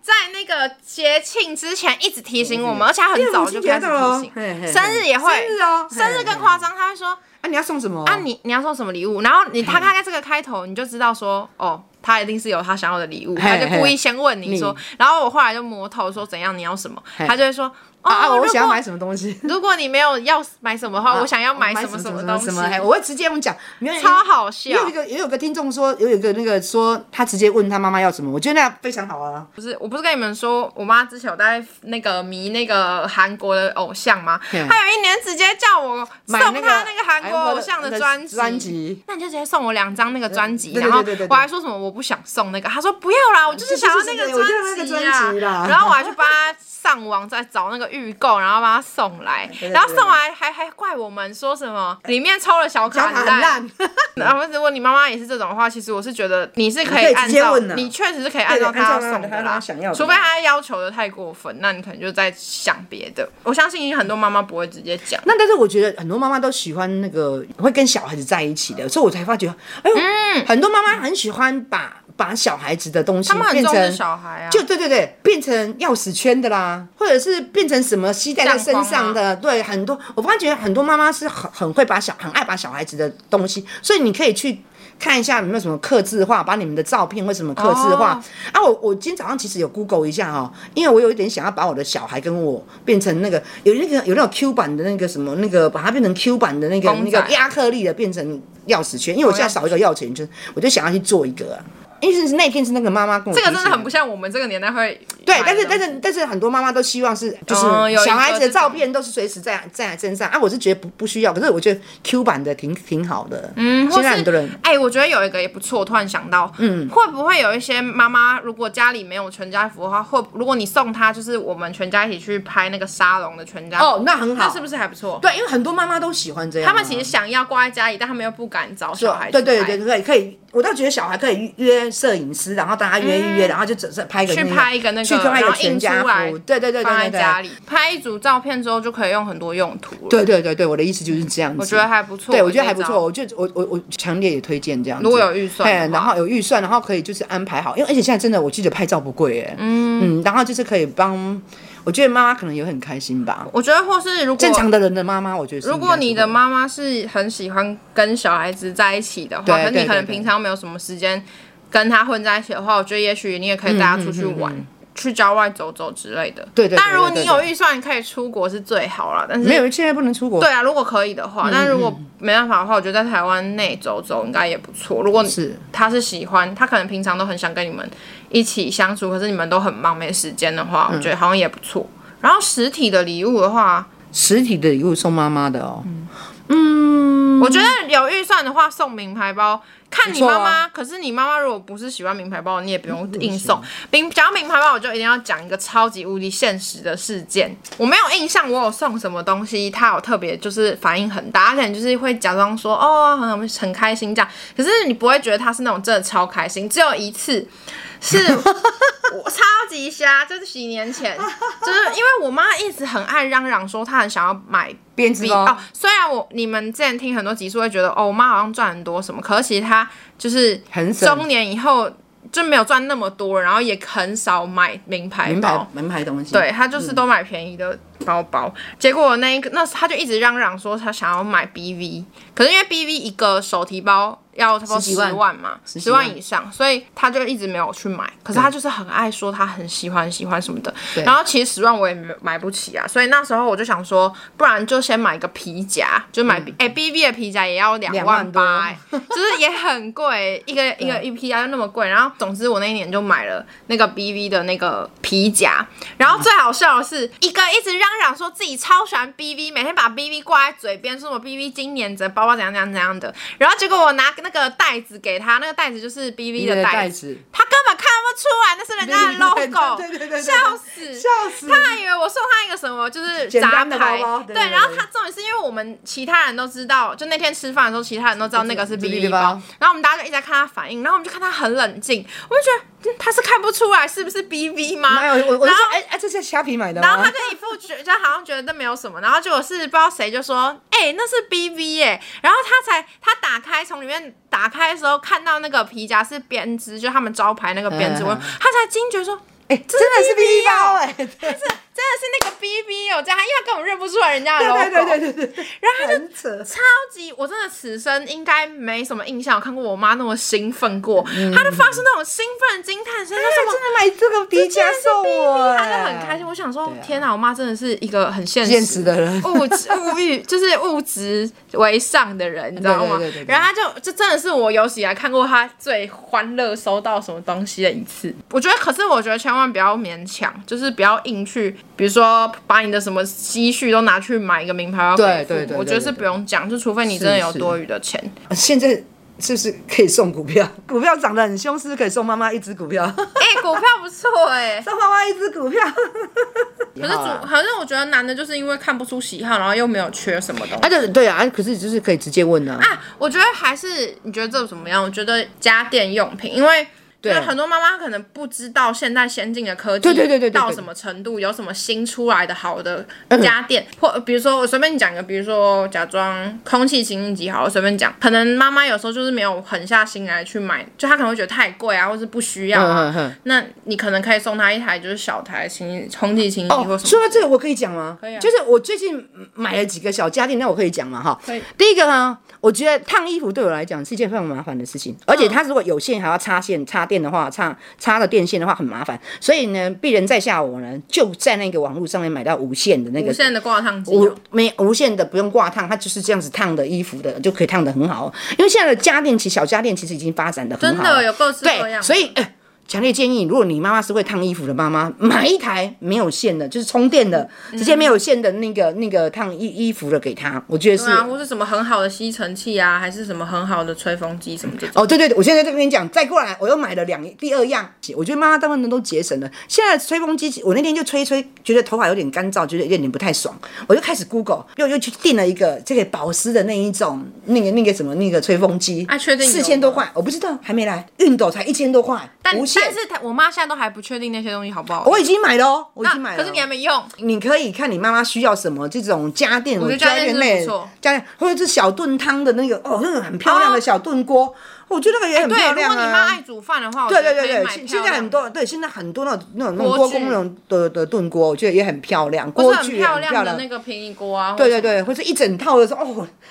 Speaker 1: 在那个节庆之前一直提醒我们，而且她很早就开始提醒
Speaker 2: 因嗯为母亲节到了哦嘿嘿，嘿
Speaker 1: 生日也会，
Speaker 2: 生日哦嘿
Speaker 1: 生日更夸张，她会说。
Speaker 2: 啊，你要送什么？
Speaker 1: 啊你，你要送什么礼物？然后你他看看这个开头，你就知道说，哦，他一定是有他想要的礼物，
Speaker 2: 嘿
Speaker 1: 他就故意先问
Speaker 2: 嘿
Speaker 1: 你说，然后我后来就摸透说怎样你要什么，他就会说，哦，
Speaker 2: 啊啊，
Speaker 1: 如
Speaker 2: 我
Speaker 1: 果
Speaker 2: 想要买什么东西？
Speaker 1: 如果你没有要买什么的话，我想要
Speaker 2: 买
Speaker 1: 买什么
Speaker 2: 什
Speaker 1: 么
Speaker 2: 么
Speaker 1: 东西，
Speaker 2: 哎，我会直接用讲，没有
Speaker 1: 超好笑
Speaker 2: 也。有一个也有个听众说，有一个那个说他直接问他妈妈要什么，我觉得那样非常好啊。
Speaker 1: 不是，我不是跟你们说，我妈之前有在那个迷那个韩国的偶像吗？她
Speaker 2: 嗯
Speaker 1: 有一年直接叫我送
Speaker 2: 买
Speaker 1: 她
Speaker 2: 那
Speaker 1: 那
Speaker 2: 个
Speaker 1: 个韩
Speaker 2: 哎
Speaker 1: 国偶像的专辑，
Speaker 2: 专辑
Speaker 1: 那你就直接送我两张那个专辑，
Speaker 2: 对对
Speaker 1: 然后
Speaker 2: 对对对
Speaker 1: 我还说什么我不想送那个，她说不要啦，我就是想要那
Speaker 2: 就是就是我就要那
Speaker 1: 专
Speaker 2: 个
Speaker 1: 辑
Speaker 2: 专辑啦
Speaker 1: 啊，然后我还去帮她上网再找那个预购，然后帮她送来，
Speaker 2: 对对
Speaker 1: 然后送来还还怪我们说什么里面抽了小
Speaker 2: 小
Speaker 1: 卡
Speaker 2: 卡很
Speaker 1: 带
Speaker 2: 烂，
Speaker 1: 然后如果你妈妈也是这种的话，其实我是觉得你是可
Speaker 2: 你可以直
Speaker 1: 按
Speaker 2: 接
Speaker 1: 照
Speaker 2: 问啊
Speaker 1: 你确实是可以按照她要送
Speaker 2: 对按照她
Speaker 1: 的
Speaker 2: 她
Speaker 1: 啦，
Speaker 2: 想要的
Speaker 1: 除非她要求的太过分，那你可能就在想别的。我相信很多妈妈不会直接讲，
Speaker 2: 那但是我觉得很多妈妈都喜欢那个会跟小孩子在一起的，所以我才发觉，哎呦，很多妈妈很喜欢把把小孩子的东西
Speaker 1: 嗯他们很
Speaker 2: 变
Speaker 1: 重视
Speaker 2: 成。
Speaker 1: 小孩啊，
Speaker 2: 就对对对，变成钥匙圈的啦，或者是变成什么吸带在身上
Speaker 1: 啊
Speaker 2: 的，对，很多我发觉很多妈妈是很很会把小很爱把小孩子的东西，所以你可以去看一下有没有什么刻字化，把你们的照片或什么刻字化、
Speaker 1: 哦
Speaker 2: 啊。我我今天早上其实有 Google 一下哦，因为我有一点想要把我的小孩跟我变成那个有那个有那种 Q 版的那个什么那个，把它变成 Q 版的那个
Speaker 1: 公
Speaker 2: 那
Speaker 1: 仔
Speaker 2: 个亚克力的变成钥匙圈，因为我现
Speaker 1: 哦
Speaker 2: 在少一个钥匙圈，我就想要去做一个、啊。因为是那天是那个妈妈跟我
Speaker 1: 这个
Speaker 2: 提
Speaker 1: 真
Speaker 2: 醒
Speaker 1: 的
Speaker 2: 我
Speaker 1: 很不像我们这个年代会
Speaker 2: 对，但是但
Speaker 1: 是
Speaker 2: 是但是很多妈妈都希望是就是
Speaker 1: 哦有一个
Speaker 2: 小孩子的
Speaker 1: 这种
Speaker 2: 照片都是随时在在身上啊，我是觉得不不需要，可是我觉得 Q 版的挺挺好的，嗯，现在很多人
Speaker 1: 哎、我觉得有一个也不错，我突然想到，嗯，会不会有一些妈妈如果家里没有全家福的话，会如果你送她，就是我们全家一起去拍那个沙龙的全家福，
Speaker 2: 哦，那哦很好，
Speaker 1: 那是不
Speaker 2: 是？
Speaker 1: 是还不错？
Speaker 2: 对，因为很多妈妈都喜欢这样啊，
Speaker 1: 他们其实想要挂在家里，但他们又不敢找小孩
Speaker 2: 对
Speaker 1: 去
Speaker 2: 对
Speaker 1: 拍
Speaker 2: 对对对，可以，我倒觉得小孩可以约摄影师，然后大家约一约，然后就只是拍个
Speaker 1: 去
Speaker 2: 那个
Speaker 1: 拍一个那个，
Speaker 2: 去拍一
Speaker 1: 然
Speaker 2: 个
Speaker 1: 后
Speaker 2: 全
Speaker 1: 印出
Speaker 2: 家
Speaker 1: 来
Speaker 2: 福，，对对对对
Speaker 1: 放在
Speaker 2: 对对
Speaker 1: 家里拍一组照片之后就可以用很多用途了。，
Speaker 2: 对对对对，我的意思就是这样子，
Speaker 1: 我觉得还不错。
Speaker 2: 对，我觉得还
Speaker 1: 这
Speaker 2: 不
Speaker 1: 一招
Speaker 2: 错，。我觉得我我我强烈也推荐这样子。
Speaker 1: 如果有预算的话
Speaker 2: 哎然后有预算，然后可以就是安排好，因为而且现在真的，我记得拍照不贵哎，嗯然后就是可以帮，我觉得妈妈可能也会很开心吧。
Speaker 1: 我觉得或是如果
Speaker 2: 正常的人的妈妈，我觉得是
Speaker 1: 如果你的
Speaker 2: 应该是会
Speaker 1: 妈妈是很喜欢跟小孩子在一起的话，
Speaker 2: 对
Speaker 1: 可是
Speaker 2: 对
Speaker 1: 你可能
Speaker 2: 对对
Speaker 1: 平常没有什么时间跟他混在一起的话，我觉得也许你也可以带他出去玩。
Speaker 2: 嗯
Speaker 1: 去郊外走走之类的，
Speaker 2: 对对对
Speaker 1: 但如果你
Speaker 2: 对对对
Speaker 1: 有预算，可以出国是最好了。但是
Speaker 2: 没有，嗯现在不能出国。
Speaker 1: 对啊，如果可以的话，但如果没办法的话，我觉得在台湾内走走应该也不错。如果
Speaker 2: 是
Speaker 1: 他是喜欢，他可能平常都很想跟你们一起相处，可是你们都很忙没时间的话，
Speaker 2: 嗯
Speaker 1: 我觉得好像也不错。然后实体的礼物的话，
Speaker 2: 实体的礼物送妈妈的哦，
Speaker 1: 嗯
Speaker 2: 嗯
Speaker 1: 我觉得有预算的话送名牌包，看你
Speaker 2: 不错
Speaker 1: 妈
Speaker 2: 啊嗯
Speaker 1: 妈。可是你妈妈如果不是喜欢名牌包，你也不用硬送。名讲到名牌包，我就一定要讲一个超级无敌现实的事件。我没有印象我有送什么东西，她有特别就是反应很大，她可能就是会假装说哦很很开心这样，可是你不会觉得她是那种真的超开心。只有一次是 我超级瞎，就是几年前，就是因为我妈一直很爱嚷嚷说她很想要买
Speaker 2: 编织
Speaker 1: 比哦
Speaker 2: 包
Speaker 1: 哦，虽然我你们之前听很多集数会觉得哦，我妈好像赚很多什么，可是其实她他就是
Speaker 2: 很省
Speaker 1: 中年以后就没有赚那么多，然后也很少买名牌
Speaker 2: 名
Speaker 1: 包
Speaker 2: 牌。名牌东西。
Speaker 1: 对他
Speaker 2: 嗯
Speaker 1: 就是都买便宜的包包，结果那一个那他就一直嚷嚷说他想要买 BV，可是因为 BV 一个手提包要差不多
Speaker 2: 十
Speaker 1: 十
Speaker 2: 几万
Speaker 1: 万嘛，十
Speaker 2: 几万
Speaker 1: 万以上，所以他就一直没有去买。可是他就是很爱说他很喜欢喜欢什么的，然后其实十万我也没买不起啊，所以那时候我就想说，不然就先买个皮夹，就买哎 BV 的皮夹也要两
Speaker 2: 嗯两万
Speaker 1: 万
Speaker 2: 多
Speaker 1: 八、哎 就是也很贵，一个一个一皮夹就那么贵。然后总之我那一年就买了那个 BV 的那个皮夹，然后最好笑的是，一个一直嚷嚷说自己超喜欢 BV，每天把 BV 挂在嘴边，说我 BV 今年的包包怎样怎样怎样的。然后结果我拿那个袋子给他，那个袋子就是 BV
Speaker 2: 你的
Speaker 1: 的
Speaker 2: 袋
Speaker 1: 袋子，
Speaker 2: 子，
Speaker 1: 他根本看不出来那是人家的 logo，
Speaker 2: 对对对对对对
Speaker 1: 笑死，
Speaker 2: 笑死！
Speaker 1: 他还以为我送他一个什么，就是
Speaker 2: 简
Speaker 1: 杂
Speaker 2: 单的
Speaker 1: 牌
Speaker 2: 包包，对对对
Speaker 1: 然后他重点是因为我们其他人都知道，就那天吃饭的时候，其他人都知道那个是
Speaker 2: 是
Speaker 1: BB
Speaker 2: BB 包
Speaker 1: 包，然后我们大家就一直在看他反应，然后我们就看他很冷静，我就觉得、嗯他是看不出来是不是 BB 吗？
Speaker 2: 没有，我我就
Speaker 1: 然后
Speaker 2: 说，哎哎，这是虾皮买的
Speaker 1: 然后
Speaker 2: 吗
Speaker 1: 他？就一副觉得好像觉得没有什么，然后结果是不知道谁就说，哎、那是 B V 耶、然后他才他打开从里面打开的时候，看到那个皮夹是编织，就他们招牌那个编织，
Speaker 2: 嗯
Speaker 1: 我
Speaker 2: 嗯
Speaker 1: 他才惊觉说。
Speaker 2: 哎，真的是 BB 包哎，对
Speaker 1: 真的是那个 B B 哦，这样，因为他根本认不出来人家的 logo。
Speaker 2: 哎 对对对对对对，
Speaker 1: 然后他就
Speaker 2: 很扯。
Speaker 1: 超级，我真的此生应该没什么印象，我看过我妈那么兴奋过，
Speaker 2: 嗯
Speaker 1: 她就发出那种兴奋的惊叹声，她
Speaker 2: 哎
Speaker 1: 说
Speaker 2: 真的买这个皮夹送我，
Speaker 1: 她就很开心。我想说，
Speaker 2: 啊
Speaker 1: 天哪，我妈真的是一个很现
Speaker 2: 现实的人
Speaker 1: 物质物欲就是物质为上的人，你知道吗？
Speaker 2: 对对对对对
Speaker 1: 然后她就这真的是我有史以来看过她最欢乐收到什么东西的一次。我觉得，可是我觉得千万不要勉强，就是不要硬去，比如说把你的什么积蓄都拿去买一个名牌包给
Speaker 2: 对对
Speaker 1: 父母
Speaker 2: 对对
Speaker 1: 我觉得
Speaker 2: 对
Speaker 1: 是
Speaker 2: 对
Speaker 1: 不用讲，就除非你真的
Speaker 2: 是
Speaker 1: 有
Speaker 2: 是
Speaker 1: 多余的钱。
Speaker 2: 哦现在是不是可以送股 票？股票涨得很凶，是不是可以送妈妈一只 股票？
Speaker 1: 哎、股票不错哎、
Speaker 2: 送妈妈一只股票。
Speaker 1: 可是
Speaker 2: 啊
Speaker 1: 主，可是我觉得男的就是因为看不出喜好，然后又没有缺什么东西。
Speaker 2: 啊，对对啊，可是就是可以直接问啊。
Speaker 1: 啊， 我觉得还是你觉得这怎么样？我觉得家电用品，因为。
Speaker 2: 对
Speaker 1: 就是很多妈妈可能不知道现在先进的科技
Speaker 2: 对对对嗯对对对
Speaker 1: 到什么程度，有什么新出来的好的家电，或比如说我随便讲一个，比如说假装空气清净机好了，我随便讲，可能妈妈有时候就是没有狠下心来去买，就她可能会觉得太贵啊，或是不需要啊。
Speaker 2: 嗯嗯嗯
Speaker 1: 那你可能可以送她一台就是小台的清净空气清净机或
Speaker 2: 哦，
Speaker 1: 什
Speaker 2: 说
Speaker 1: 么。
Speaker 2: 到这个，我可以讲吗？可
Speaker 1: 以啊
Speaker 2: 就是我最近买了几个小家电，那我可以讲嘛哈。
Speaker 1: 可以
Speaker 2: 第一个呢，我觉得烫衣服对我来讲是一件非常麻烦的事情，而且它如果有线还要插线插电的话，插插了电线的话很麻烦，所以呢，鄙人在下我呢就在那个网络上面买到无线的那个
Speaker 1: 无线的挂烫机、
Speaker 2: 无
Speaker 1: 哦，
Speaker 2: 没无线的，不用挂烫，它就是这样子烫的衣服的，就可以烫的很好。因为现在的家电，其实小家电其实已经发展的很
Speaker 1: 真
Speaker 2: 好，
Speaker 1: 的有各式各样
Speaker 2: 对，
Speaker 1: 的。
Speaker 2: 所以。呃强烈建议，如果你妈妈是会烫衣服的妈妈，买一台没有线的，就是充电的，
Speaker 1: 嗯
Speaker 2: 直接没有线的那个那个烫衣衣服的给她，我觉得是
Speaker 1: 对啊，或是什么很好的吸尘器啊，还是什么很好的吹风机什么这种。
Speaker 2: 哦，对对对，我现在在这边讲，再过来我又买了两第二样，我觉得妈妈大部分都节省了。现在吹风机，我那天就吹一吹，觉得头发有点干燥，觉得有点不太爽，我就开始 Google，又又去订了一个这个保湿的那一种那个那个什么那个吹风机，
Speaker 1: 啊确定有吗
Speaker 2: 四千多块，我不知道还没来，熨斗才一千多块，
Speaker 1: 但
Speaker 2: 无线
Speaker 1: 但是他我妈现在都还不确定那些东西好不好，
Speaker 2: 我已经买了哦，我已经买了哦。
Speaker 1: 啊可是你还没用。
Speaker 2: 你可以看你妈妈需要什么这种家电，我
Speaker 1: 觉得家电是
Speaker 2: 类
Speaker 1: 不错，
Speaker 2: 家电或者是小炖汤的那个哦，那个很漂亮
Speaker 1: 哦
Speaker 2: 的
Speaker 1: 哎
Speaker 2: 小炖锅，我觉得那个也很
Speaker 1: 对，
Speaker 2: 漂
Speaker 1: 如
Speaker 2: 亮
Speaker 1: 果
Speaker 2: 啊。
Speaker 1: 你妈爱煮饭的话，我
Speaker 2: 对
Speaker 1: 觉
Speaker 2: 对
Speaker 1: 得可
Speaker 2: 对
Speaker 1: 以
Speaker 2: 对，
Speaker 1: 买
Speaker 2: 现
Speaker 1: 漂
Speaker 2: 现在
Speaker 1: 亮
Speaker 2: 很多对现在很多那种那种那种
Speaker 1: 锅
Speaker 2: 多
Speaker 1: 具
Speaker 2: 功能的的炖锅，我觉得也很漂亮，
Speaker 1: 不
Speaker 2: 锅
Speaker 1: 是很
Speaker 2: 具也很
Speaker 1: 漂
Speaker 2: 漂
Speaker 1: 亮的
Speaker 2: 亮。
Speaker 1: 那个平底锅啊，
Speaker 2: 对对对，或是一整套的说哦，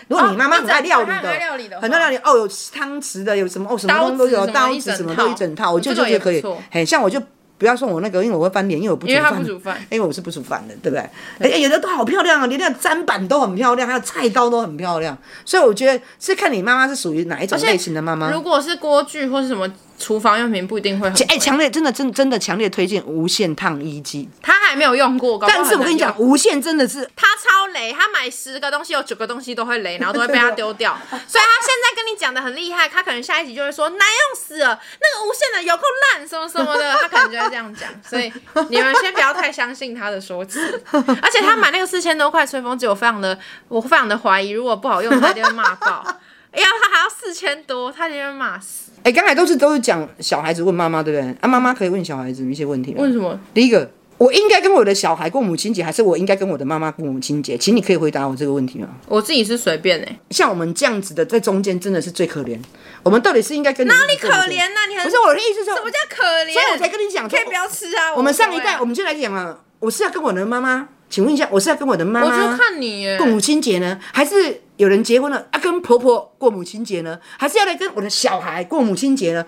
Speaker 2: 如果你
Speaker 1: 哦
Speaker 2: 妈妈
Speaker 1: 一
Speaker 2: 很爱
Speaker 1: 整
Speaker 2: 料理
Speaker 1: 她很爱料理
Speaker 2: 的，
Speaker 1: 的
Speaker 2: 很多
Speaker 1: 话
Speaker 2: 料理哦，有汤匙的，有什么哦，什么
Speaker 1: 刀
Speaker 2: 东西都
Speaker 1: 子
Speaker 2: 有，
Speaker 1: 什么
Speaker 2: 刀
Speaker 1: 一
Speaker 2: 子
Speaker 1: 整
Speaker 2: 什么都一
Speaker 1: 套
Speaker 2: 整套，我就
Speaker 1: 这
Speaker 2: 就
Speaker 1: 种
Speaker 2: 就
Speaker 1: 也不
Speaker 2: 可以
Speaker 1: 错。
Speaker 2: 嘿，像我就不要送我那个，因为我会翻脸，因为我不煮
Speaker 1: 因为她
Speaker 2: 饭
Speaker 1: 不煮饭
Speaker 2: 因为我是不煮饭的，对不对？哎、哎有的都好漂亮啊，连那个砧板都很漂亮，还有菜刀都很漂亮，所以我觉得是看你妈妈是属于哪一种
Speaker 1: 而且
Speaker 2: 类型的妈妈。
Speaker 1: 如果是锅具或是什么厨房用品，不一定会很
Speaker 2: 哎，强、烈真的真真的强烈推荐无线烫衣机，
Speaker 1: 她还没有用过，搞不好
Speaker 2: 但是我跟你
Speaker 1: 很
Speaker 2: 讲
Speaker 1: 难，用，
Speaker 2: 无线真的是
Speaker 1: 她超雷，她买十个东西有九个东西都会雷，然后都会被她丢 掉。所以她现在跟你讲的很厉害，她可能下一集就会说难用死了，那个无线的有够烂什么什么的，她可能就会这样讲。所以你们先不要太相信她的说辞。 而且她买那个四千多块吹风机，我非常的我非常的怀疑，如果不好用，她一定会骂爆。哎呀，她还要四千多，她一定会骂死。
Speaker 2: 哎，刚、才都是都是讲小孩子问妈妈，对不对？啊，妈妈可以问小孩子一些问题吗？
Speaker 1: 为什么？
Speaker 2: 第一个，我应该跟我的小孩过母亲节，还是我应该跟我的妈妈过母亲节？请你可以回答我这个问题吗？
Speaker 1: 我自己是随便哎、
Speaker 2: 像我们这样子的，在中间真的是最可怜。我们到底是应该跟哪
Speaker 1: 哪里可怜呐、你很
Speaker 2: 不是我的意思是说，
Speaker 1: 什么叫可怜？
Speaker 2: 所以我才跟你讲说
Speaker 1: 可以不要吃啊。
Speaker 2: 我们上
Speaker 1: 无
Speaker 2: 一
Speaker 1: 所谓
Speaker 2: 代，
Speaker 1: 啊
Speaker 2: 我们就来讲啊，我是要跟我的妈妈，请问一下，我是要跟我的妈
Speaker 1: 啊我就
Speaker 2: 妈
Speaker 1: 看你耶
Speaker 2: 过母亲节呢，还是有人结婚了啊，跟婆婆过母亲节呢，还是要来跟我的小孩过母亲节呢？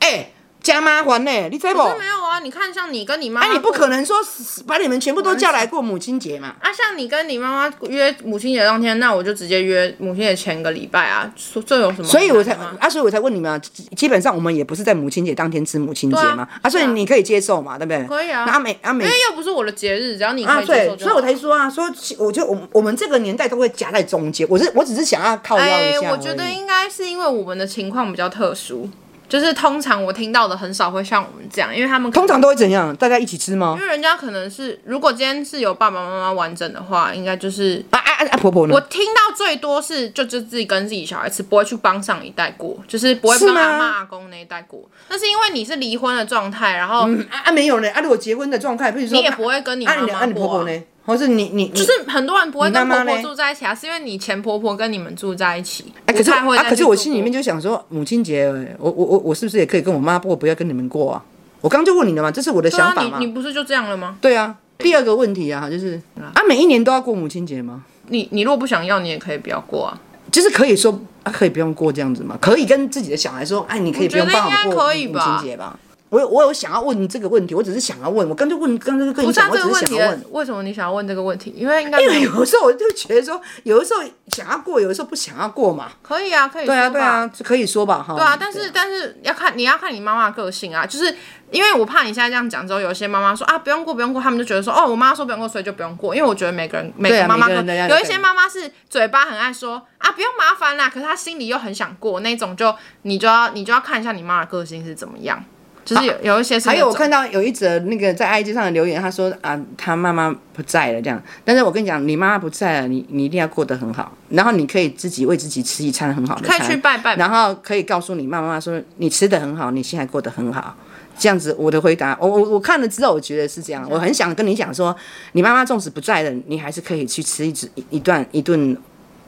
Speaker 2: 哎、加麻烦呢、你知不？
Speaker 1: 是没有啊。你看，像你跟你妈妈
Speaker 2: 啊，
Speaker 1: 过，
Speaker 2: 你不可能说把你们全部都叫来过母亲节嘛？
Speaker 1: 啊，像你跟你妈妈约母亲节当天，那我就直接约母亲节前个礼拜啊，说这有什么难的吗？
Speaker 2: 所以我才啊，所以我才问你们啊，基基本上我们也不是在母亲节当天吃母亲节嘛，
Speaker 1: 对啊
Speaker 2: 啊所以你可以接受嘛，对不对？
Speaker 1: 可以啊
Speaker 2: 那阿美阿美
Speaker 1: 因为又不是我的节日，只要你
Speaker 2: 啊，
Speaker 1: 可以接
Speaker 2: 对
Speaker 1: 受，就
Speaker 2: 所以
Speaker 1: 好。
Speaker 2: 我才说啊，说其我就我们我们这个年代都会夹在中间，我是我只是想要靠腰一
Speaker 1: 哎、
Speaker 2: 下而已、
Speaker 1: 我觉得应该是因为我们的情况比较特殊，就是通常我听到的很少会像我们这样，因为他们可
Speaker 2: 通
Speaker 1: 能
Speaker 2: 常都会怎样？大家一起吃吗
Speaker 1: 因？为人家可能是如果今天是有爸爸妈妈完整的话，应该就是。
Speaker 2: 啊啊啊啊！婆婆呢
Speaker 1: 我？听到最多是就就自己跟自己小孩吃，不会去帮上一代过，就是不会
Speaker 2: 是
Speaker 1: 帮
Speaker 2: 吗
Speaker 1: 阿妈阿公那一代过。那是因为你是离婚的状态，然后
Speaker 2: 啊啊没有呢。啊，如果结婚的状态，比如说
Speaker 1: 你也不会跟你
Speaker 2: 啊
Speaker 1: 妈
Speaker 2: 你的啊
Speaker 1: 妈
Speaker 2: 你婆
Speaker 1: 过、
Speaker 2: 婆呢？或是你你就
Speaker 1: 就是很多人不会跟
Speaker 2: 你妈妈
Speaker 1: 婆
Speaker 2: 嘞
Speaker 1: 婆住在一起啊，是因为你前婆婆跟你们住在一起，
Speaker 2: 哎，可
Speaker 1: 不
Speaker 2: 是
Speaker 1: 太会
Speaker 2: 啊，
Speaker 1: 再去
Speaker 2: 可是我
Speaker 1: 做
Speaker 2: 心里面
Speaker 1: 过
Speaker 2: 就想说，母亲节，我我我我是不是也可以跟我妈过，不要跟你们过啊？我刚就问你了嘛，这是我的
Speaker 1: 对
Speaker 2: 想法
Speaker 1: 啊、
Speaker 2: 嘛
Speaker 1: 你。嗯你不是就这样了吗？
Speaker 2: 对啊，第二个问题啊，就是啊，每一年都要过母亲节吗？
Speaker 1: 你你如果不想要，你也可以不要过啊。
Speaker 2: 就是可以说、啊、可以不用过这样子吗？可以跟自己的小孩说，哎，你可以不用帮
Speaker 1: 我觉得
Speaker 2: 我
Speaker 1: 应该
Speaker 2: 过
Speaker 1: 可以
Speaker 2: 母
Speaker 1: 吧
Speaker 2: 亲节吧？我有我有想要问这个问题，我只是想要问，我刚就问，刚才就跟
Speaker 1: 不
Speaker 2: 你
Speaker 1: 是啊
Speaker 2: 讲，，我
Speaker 1: 这
Speaker 2: 只
Speaker 1: 个问
Speaker 2: 是
Speaker 1: 题
Speaker 2: 想要问。
Speaker 1: 为什么你想要问这个问题？因为应该
Speaker 2: 因为
Speaker 1: 没有
Speaker 2: 有的时候我就觉得说，有的时候想要过，有的时候不想要过嘛。
Speaker 1: 可以啊，可以
Speaker 2: 对啊，
Speaker 1: 说吧
Speaker 2: 对啊，可以说吧，哈。对
Speaker 1: 对啊，但是但是要看你要看你妈妈的个性啊，就是因为我怕你现在这样讲之后，有些妈妈说啊不用过不用过，他们就觉得说哦我妈说不用过，所以就不用过。因为我觉得每个人每
Speaker 2: 对
Speaker 1: 个
Speaker 2: 啊
Speaker 1: 妈妈
Speaker 2: 每
Speaker 1: 可
Speaker 2: 个人的
Speaker 1: 能
Speaker 2: 压力
Speaker 1: 有一
Speaker 2: 不一
Speaker 1: 些
Speaker 2: 样
Speaker 1: 妈妈是嘴巴很爱说啊不用麻烦啦，可是她心里又很想过那种就，你就要你就要看一下你妈的个性是怎么样，就是有、有一些是
Speaker 2: 还
Speaker 1: 那
Speaker 2: 有我
Speaker 1: 种
Speaker 2: 看到有一则那个在 IG 上的留言，他说啊，他妈妈不在了这样。但是我跟你讲，你妈妈不在了，你你一定要过得很好，然后你可以自己为自己吃一餐很好的
Speaker 1: 可
Speaker 2: 餐，
Speaker 1: 以去拜拜
Speaker 2: 然后可以告诉你妈妈说你吃的很好，你现在过得很好。这样子，我的回答，我我我看了之后，我觉得是
Speaker 1: 嗯
Speaker 2: 这样。我很想跟你讲说，你妈妈纵使不在了，你还是可以去吃一只一一段一顿，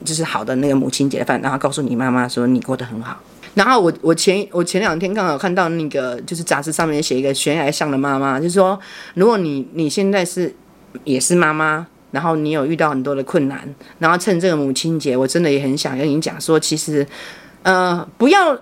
Speaker 2: 就是好的那个母亲节饭，然后告诉你妈妈说你过得很好。然后我我前我前两天刚好看到那个就是杂志上面写一个悬崖上的妈妈，就是说如果你你现在是也是妈妈，然后你有遇到很多的困难，然后趁这个母亲节，我真的也很想跟你讲说，其实呃不要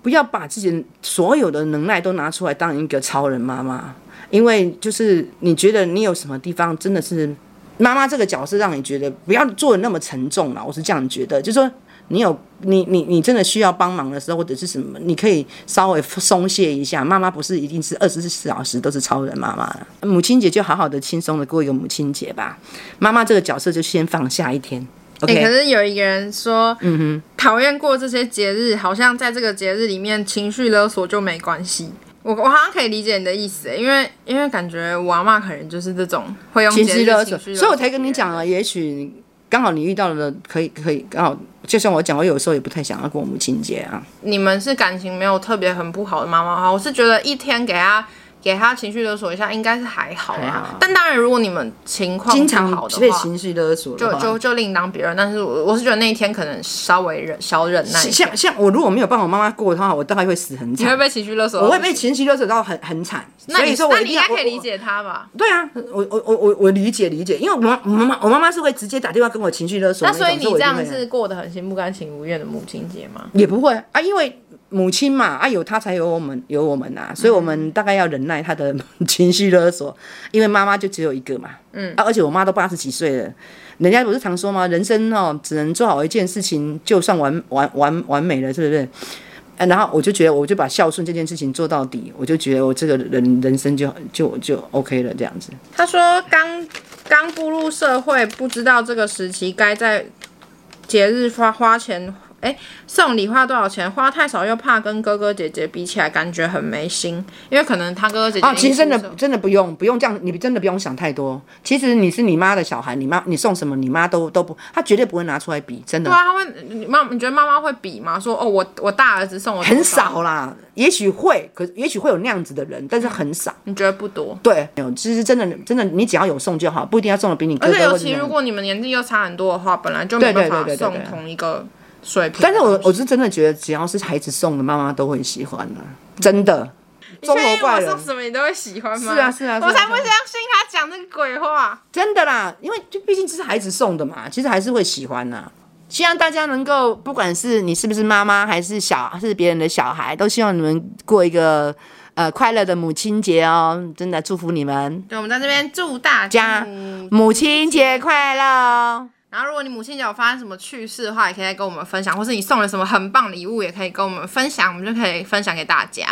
Speaker 2: 不要把自己所有的能耐都拿出来当一个超人妈妈，因为就是你觉得你有什么地方真的是妈妈这个角色让你觉得不要做的那么沉重啊了，我是这样觉得，就是说你有你你你真的需要帮忙的时候，或者是什么，你可以稍微松懈一下。妈妈不是一定是二十四小时都是超人妈妈，嗯母亲节就好好的轻松的过一个母亲节吧。妈妈这个角色就先放下一天，OK？、
Speaker 1: 欸可是有一个人说，嗯哼，讨厌过这些节日，好像在这个节日里面情绪勒索就没关系。我我好像可以理解你的意思欸，因为因为感觉我阿妈可能就是这种会用
Speaker 2: 情
Speaker 1: 节
Speaker 2: 绪
Speaker 1: 日
Speaker 2: 勒
Speaker 1: 情
Speaker 2: 索，
Speaker 1: 绪
Speaker 2: 所以我才跟你讲啊，也许刚好你遇到了，可以可以刚好，就像我讲，我有时候也不太想要过母亲节啊。
Speaker 1: 你们是感情没有特别很不好的妈妈哈，我是觉得一天给她给她情绪勒索一下，应该是还好
Speaker 2: 还
Speaker 1: 啦
Speaker 2: 好。
Speaker 1: 但当然，如果你们情况
Speaker 2: 经
Speaker 1: 不
Speaker 2: 常
Speaker 1: 好的
Speaker 2: 被
Speaker 1: 话，
Speaker 2: 情绪勒索的
Speaker 1: 就
Speaker 2: 话，
Speaker 1: 就就另当别论。但是我我是觉得那一天可能稍微忍小忍耐一下，
Speaker 2: 像像我如果没有帮我妈妈过的话，我大概会死很
Speaker 1: 你
Speaker 2: 惨
Speaker 1: 会。被情绪勒索到
Speaker 2: 我
Speaker 1: 不
Speaker 2: 会
Speaker 1: 行，
Speaker 2: 被情绪勒索到很很惨，
Speaker 1: 那
Speaker 2: 所以
Speaker 1: 你
Speaker 2: 说
Speaker 1: 那
Speaker 2: 我一
Speaker 1: 你
Speaker 2: 定
Speaker 1: 应
Speaker 2: 要
Speaker 1: 该可以
Speaker 2: 我
Speaker 1: 理解她吧？
Speaker 2: 对啊，我我我我我理解理解，因为我妈我妈妈我妈妈是会直接打电话跟我情绪勒索
Speaker 1: 那
Speaker 2: 种
Speaker 1: 所以你
Speaker 2: 我
Speaker 1: 这
Speaker 2: 一定
Speaker 1: 样
Speaker 2: 会
Speaker 1: 是过得很心不甘情不愿的母亲节吗？
Speaker 2: 也不会啊，因为母亲嘛啊有她才有我们有我们啊，所以我们大概要忍耐她的情绪勒索，因为妈妈就只有一个嘛，嗯啊，而且我妈都八十几岁了，人家不是常说吗？人生哦只能做好一件事情，就算完完完完美了，是不是？啊、然后我就觉得，我就把孝顺这件事情做到底，我就觉得我这个人人生就就就 OK 了，这样子。
Speaker 1: 他说刚刚步入社会，不知道这个时期该在节日花花钱哎，送礼花多少钱？花太少又怕跟哥哥姐姐比起来，感觉很没心，因为可能他哥哥姐姐
Speaker 2: 啊，其实真的
Speaker 1: 已经出手
Speaker 2: 真的不用不用这样，你真的不用想太多。其实你是你妈的小孩，你妈你送什么，你妈都都不，她绝对不会拿出来比，真的
Speaker 1: 对啊，他会你妈你觉得妈妈会比吗？说哦，我我大儿子送我多
Speaker 2: 很，少啦。也许会，可也许会有那样子的人，但是很少。
Speaker 1: 你觉得不多？
Speaker 2: 对，有，其实真的真的，你只要有送就好，不一定要送的比你哥
Speaker 1: 而
Speaker 2: 哥
Speaker 1: 且尤
Speaker 2: 或者
Speaker 1: 其如
Speaker 2: 怎样。
Speaker 1: 果你们年纪又差很多的话，本来就没
Speaker 2: 对
Speaker 1: 办
Speaker 2: 对
Speaker 1: 法
Speaker 2: 对对对
Speaker 1: 送
Speaker 2: 对
Speaker 1: 同一个水平的
Speaker 2: 但
Speaker 1: 东西。
Speaker 2: 是我我是真的觉得，只要是孩子送的，妈妈都会喜欢的，啊真的。
Speaker 1: 所
Speaker 2: 中
Speaker 1: 以
Speaker 2: 国怪
Speaker 1: 我
Speaker 2: 人
Speaker 1: 送什么你都会喜欢吗？
Speaker 2: 是啊是啊是啊
Speaker 1: 我才不
Speaker 2: 是啊
Speaker 1: 相信他讲那个鬼话。
Speaker 2: 真的啦，因为就毕竟这是孩子送的嘛，其实还是会喜欢呐、希望大家能够，不管是你是不是妈妈，还是小是别人的小孩，都希望你们过一个呃快乐的母亲节哦！真的祝福你们，
Speaker 1: 对，我们在这边祝大
Speaker 2: 家
Speaker 1: 母
Speaker 2: 母亲节快乐哦！
Speaker 1: 然后，如果你母亲节有发生什么趣事的话，也可以再跟我们分享，或是你送了什么很棒礼物，也可以跟我们分享，我们就可以分享给大家。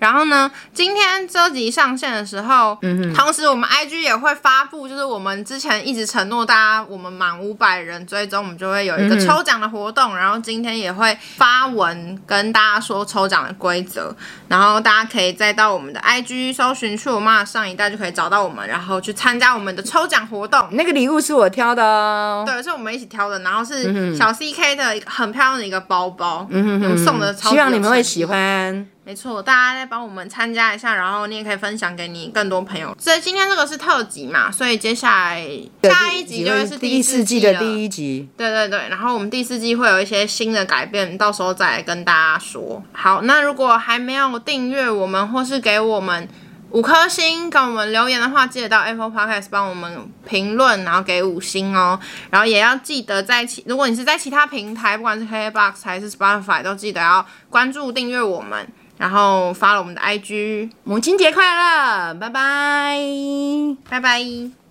Speaker 1: 然后呢，今天这集上线的时候，嗯同时我们 IG 也会发布，就是我们之前一直承诺大家，我们满五百人追踪，我们就会有一个抽奖的活动。然后今天也会发文跟大家说抽奖的规则，然后大家可以再到我们的 IG 搜寻“去我妈的上一代”就可以找到我们，然后去参加我们的抽奖活动。
Speaker 2: 那个礼物是我挑的哦，
Speaker 1: 对，是我们一起挑的，然后是小 CK 的一个很漂亮的一个包包，嗯
Speaker 2: 嗯
Speaker 1: 送的超级
Speaker 2: 希望你
Speaker 1: 有
Speaker 2: 们
Speaker 1: 诚
Speaker 2: 会
Speaker 1: 意
Speaker 2: 喜。欢。
Speaker 1: 没错，大家再帮我们参加一下，然后你也可以分享给你更多朋友。所以今天这个是特辑嘛，所以接下来下一集就会是
Speaker 2: 第
Speaker 1: 四
Speaker 2: 四季
Speaker 1: 了
Speaker 2: 的第一集。
Speaker 1: 对对对，然后我们第四季会有一些新的改变，到时候再来跟大家说。好，那如果还没有订阅我们或是给我们五颗星给我们留言的话，记得到 Apple Podcast 帮我们评论，然后给五星哦。然后也要记得在其，如果你是在其他平台，不管是 KKBox 还是 Spotify，都记得要关注订阅我们，然后发了我们的 IG。
Speaker 2: 母亲节快乐，拜拜。
Speaker 1: 拜拜。